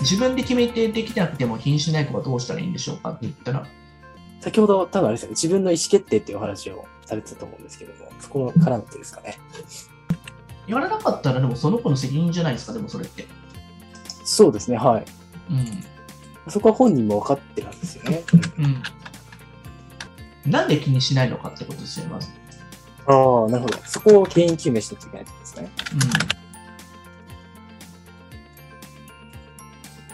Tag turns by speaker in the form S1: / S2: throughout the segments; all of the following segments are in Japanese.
S1: 自分で決めてできてなくても気にしない子はどうしたらいいんでしょうかって言ったら、
S2: 先ほど多分あれですよね、自分の意思決定っていうお話をされてたと思うんですけども、そこからのことですかね。
S1: やらなかったらでもその子の責任じゃないですか、でもそれって。
S2: そうですね、はい。
S1: う
S2: そこは本人も分かってるんですよね。
S1: ん。うん。なんで気にしないのかってことですよね、まず。
S2: ああ、なるほど。そこを原因究明しなきゃいけないってことですね。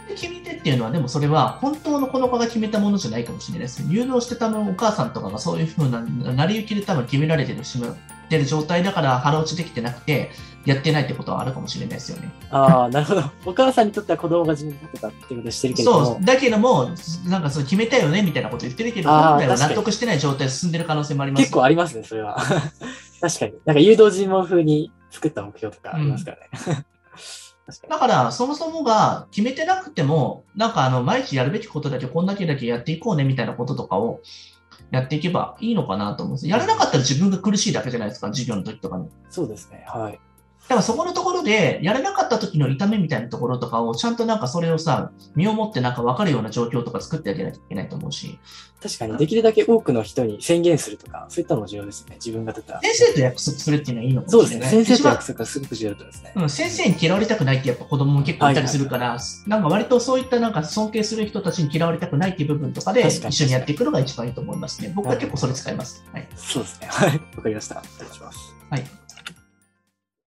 S1: で決めてっていうのは、でもそれは本当のこの子が決めたものじゃないかもしれないですね。誘導してたのお母さんとかがそういうふうな成り行きで多分決められてるしまってる状態だから腹落ちできてなくて、やってないってことはあるかもしれないですよね。
S2: ああ、なるほど。お母さんにとっては子供が自分で立てたっていうことをしてるけれども。
S1: そう、だけども、なんかそう決めたよねみたいなこと言ってるけど、
S2: あー
S1: 本来は納
S2: 確かに
S1: 得してない状態で進んでる可能性もありますよ
S2: 結構ありますね、それは。 確かに。なんか誘導尋問風に作った目標とかありますからね。確か
S1: だから、そもそもが決めてなくても、なんかあの、毎日やるべきことだけ、こんだけだけやっていこうね、みたいなこととかをやっていけばいいのかなと思うんです。やらなかったら自分が苦しいだけじゃないですか、授業の時とかに。だ
S2: に。そうですね、はい。
S1: からそこのところで、やらなかった時の痛みみたいなところとかを、ちゃんとなんかそれをさ、身をもってなんか分かるような状況とか作ってあげなきゃいけないと思うし、
S2: 確かに、できるだけ多くの人に宣言するとか、そういったのも重要ですね、自分が立てた。
S1: 先生と約束するっていうのはいいのか
S2: そ
S1: も
S2: う
S1: しれ
S2: で
S1: な
S2: すね、
S1: い。
S2: 先生
S1: 一
S2: と
S1: 番
S2: 約束はすごく重要ですね。
S1: うん、先生に嫌われたくないってやっぱ子供も結構いたりするから、なんか割とそういったなんか尊敬する人たちに嫌われたくないっていう部分とかで
S2: 確かに
S1: 一緒にやっていくのが一番いいと思いますね。僕は結構それ使います。はい。
S2: そうですね、はい。わかりました。失礼します。
S1: はい